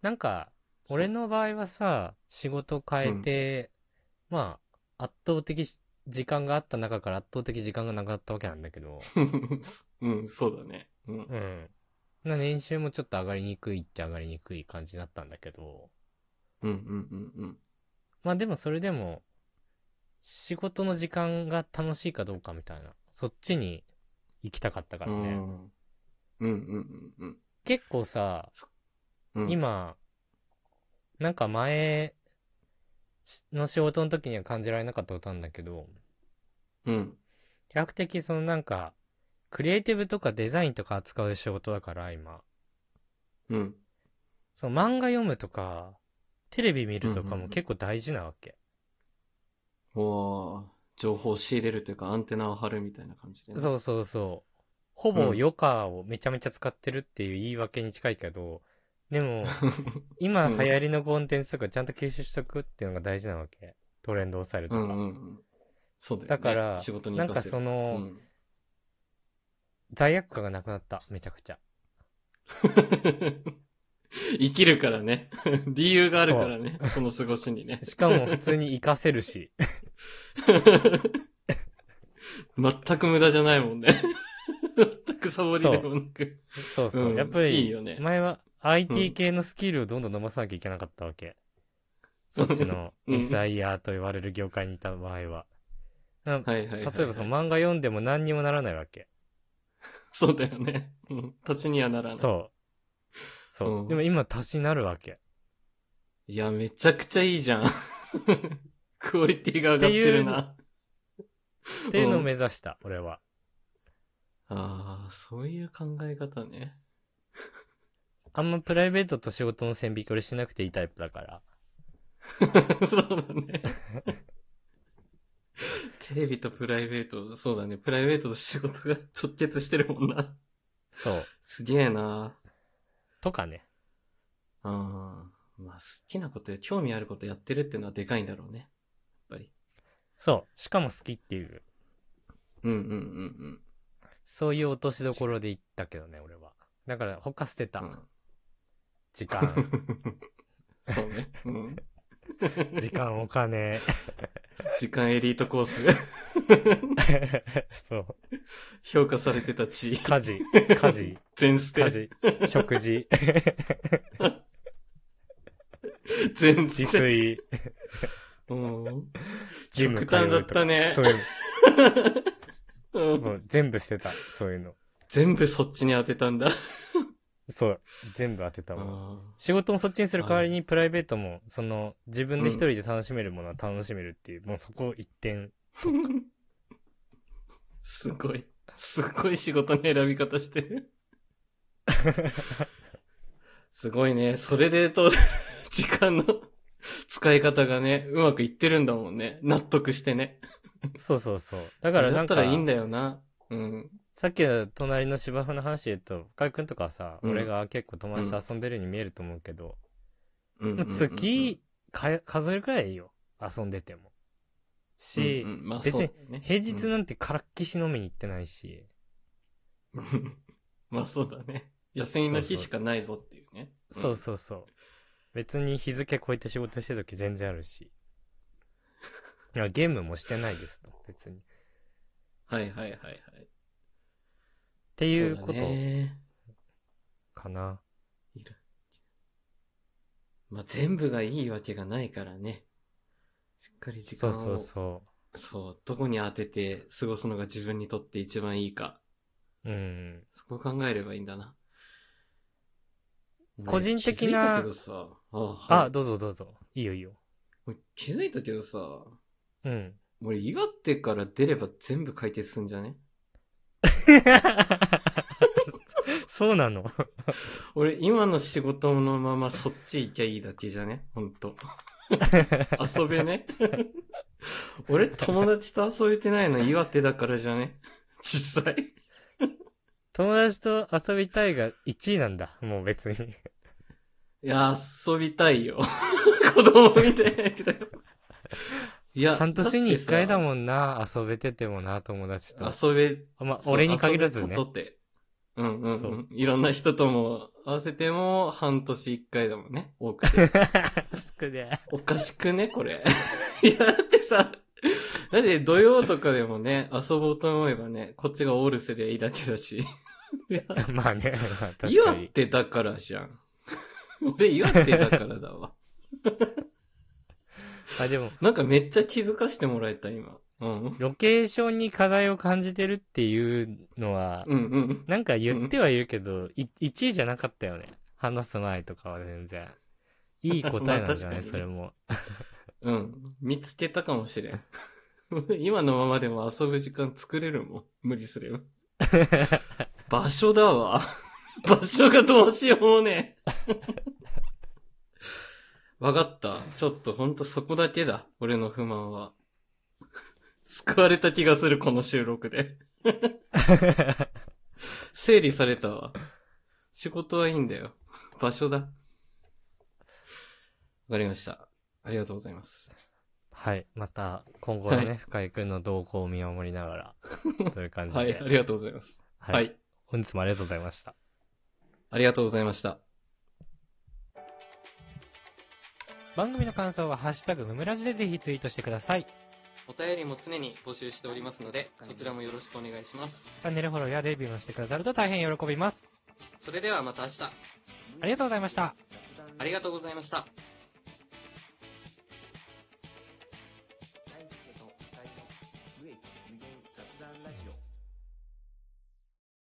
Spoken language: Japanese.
なんか、そう俺の場合はさ、仕事変えて、まあ、圧倒的時間があった中から圧倒的時間がなかったわけなんだけど、うん、そうだね。うん。うん。な年収もちょっと上がりにくいっちゃ上がりにくい感じだったんだけど、うん、うん、うん、まあでもそれでも、仕事の時間が楽しいかどうかみたいな、そっちに行きたかったかうらね。ん。うん、うん、うん、うん結構さ、うん。今、なんか前しの仕事の時には感じられなかったことなんだけど、うん。比較的そのなんか、クリエイティブとかデザインとか扱う仕事だから今、うん。その漫画読むとか、テレビ見るとかうんうんうもん結構大事なわけ。おー情報を仕入れるというか、アンテナを張るみたいな感じでね。そうそうそう。ほぼ余暇をめちゃめちゃ使ってるっていう言い訳に近いけど、で も、今流行りのコンテンツとかちゃんと吸収しとくっていうのが大事なわけ。トレンドを抑えるとうか。ん、うん、うん。そうだよね。だから仕事にな生んかせそるの、うん 罪悪感がなくなった。めちゃくち ゃ。生きるからね。 理由があるからね。その過ごしにね。 しかも普通に活かせるし。全く無駄じゃないもんね。 全くサボりでもなく。そうそう。うんやっぱいいりよね、前は IT 系のスキルをどんどん伸ばさなきゃいけなかったわけ。そっちのうん SIR と言われる業界にいた場合は。なはいはいはい、例えばその漫画読んでも何にもならないわけ。 そうだよね。うん。立ちにはならない。そう。そう。うんでも今足しになるわけ。いや、めちゃくちゃいいじゃん。 クオリティが上がってるな。っていうのをうん目指した、俺は。ああ、そういう考え方ね。あんまプライベートと仕事の線引き俺しなくていいタイプだから。 そうだね。テレビとプライベート、そうだね。プライベートと仕事が直結してるもんな。そう。すげえな。とかね。あーまあ、好きなことや興味あることやってるってのはでかいんだろうね。やっぱり。そう。しかも好きっていう。うんうんうんそういう落としどころで行ったけどね、俺は。だから、他捨てたう。ん。 時間、うん、そうね。うん。時間、お金。時間エリートコース。 そう。評価されてた地位。家事、家事、全捨家て。事、食事、全自捨て。炊、うん。ジム通極端だうっとたか。ねそういううの。んもう全部捨てた。そういうの。全部そっちに当てたんだ。そう。全部当てたもん。あ仕事もそっちにする代わりに、プライベートも、その、自分で一人で楽しめるものは楽しめるっていう、もうそこ一点。ーすごい。すごい仕事の選び方してる。すごいね。それでと、時間の使い方がね、うまくいってるんだもんね。納得してね。そうそうそう。だだからなんか、ったらいいんだよな。うん。さっきの隣の芝生の話で言うと、深井くんとかはさ、うん俺が結構友達と遊んでるように見えると思うけど、うんうんうんもううん月か、数えるくらいいいよ。遊んでても。し、うんうんまあ別にそうね平日なんてからっきし飲みに行ってないし、うん まあそうだね。休みの日しかないぞっていうね。そうそうそう。別に日付超えて仕事してる時全然ある し。いやゲームもしてないですと、別に。っうん。はいはいはいはい。ってていうことかな。まあ全部がいいわけがないからね。しっかり時そ間うを。そうそうそうどこに当てて過ごすのが自分にとって一番いいか。うん。そこを考えればいいんだな。ね個人的気づいたなけどさ。あ、はあ、いどうぞどうぞ。いいよいいよ。俺気づいたけどさ。 うん。俺、岩手から出れば全部解決すんじゃねそうなの俺、今の仕事のままそっち行きゃいいだけじゃねほん と。遊べね 俺、友達と遊べてないの岩手だからじゃね実際。友達と遊びたいが1位なんだ。もう別に。いや、遊びたいよ。 子供みたいなやつだよ。いや、半年に1回だん。もんな、遊べててもな、友達と。遊べ、まあ、そう俺に限らず遊べねた。とてうんうん、うそんう。いろんな人とも合わせても半年一回だもんね。多くて。 少ねおかしくねこれ。 いや、だってさ、だって土曜とかでもね、遊ぼうと思えばね、こっちがオールすりゃいいだけだし。いやえ。 まあね、まあ確かに。岩手だからじゃん。 俺岩手だからだわ。あ、でも、なんかめっちゃ気づかしてもらえた、今。うん。ロケーションに課題を感じてるっていうのは、うんうん。なんか言ってはいるけど、い1位じゃなかったよね。話す前とかは全然。いい答えなんじゃな まあ確かにい、ねそれも。うん。見つけたかもしれん。 今のままでも遊ぶ時間作れるもん。無理すれば。場所だわ。 場所がどうしようもねえ。 わかった。ちょっとほんとそこだけだ。俺の不満は。 救われた気がする、この収録で。整理されたわ。仕事はいいんだよ。場所だ。わかりました。ありがとうございます。はい。また、今後のね、はい深井くんの動向を見守りながら、という感じはい、で。ありがとうございます。ははいい、本日もありがとうございました。ありがとうございました。番組の感想は、ハッシュタグムムラジでぜひツイートしてください。チお便りも常に募集しておりますので、そちらもよろしくお願いします。ャンネルフォローやレビューもしてくださると大変喜びます。それではまた明日、ありがとうございました。ありがとうございました。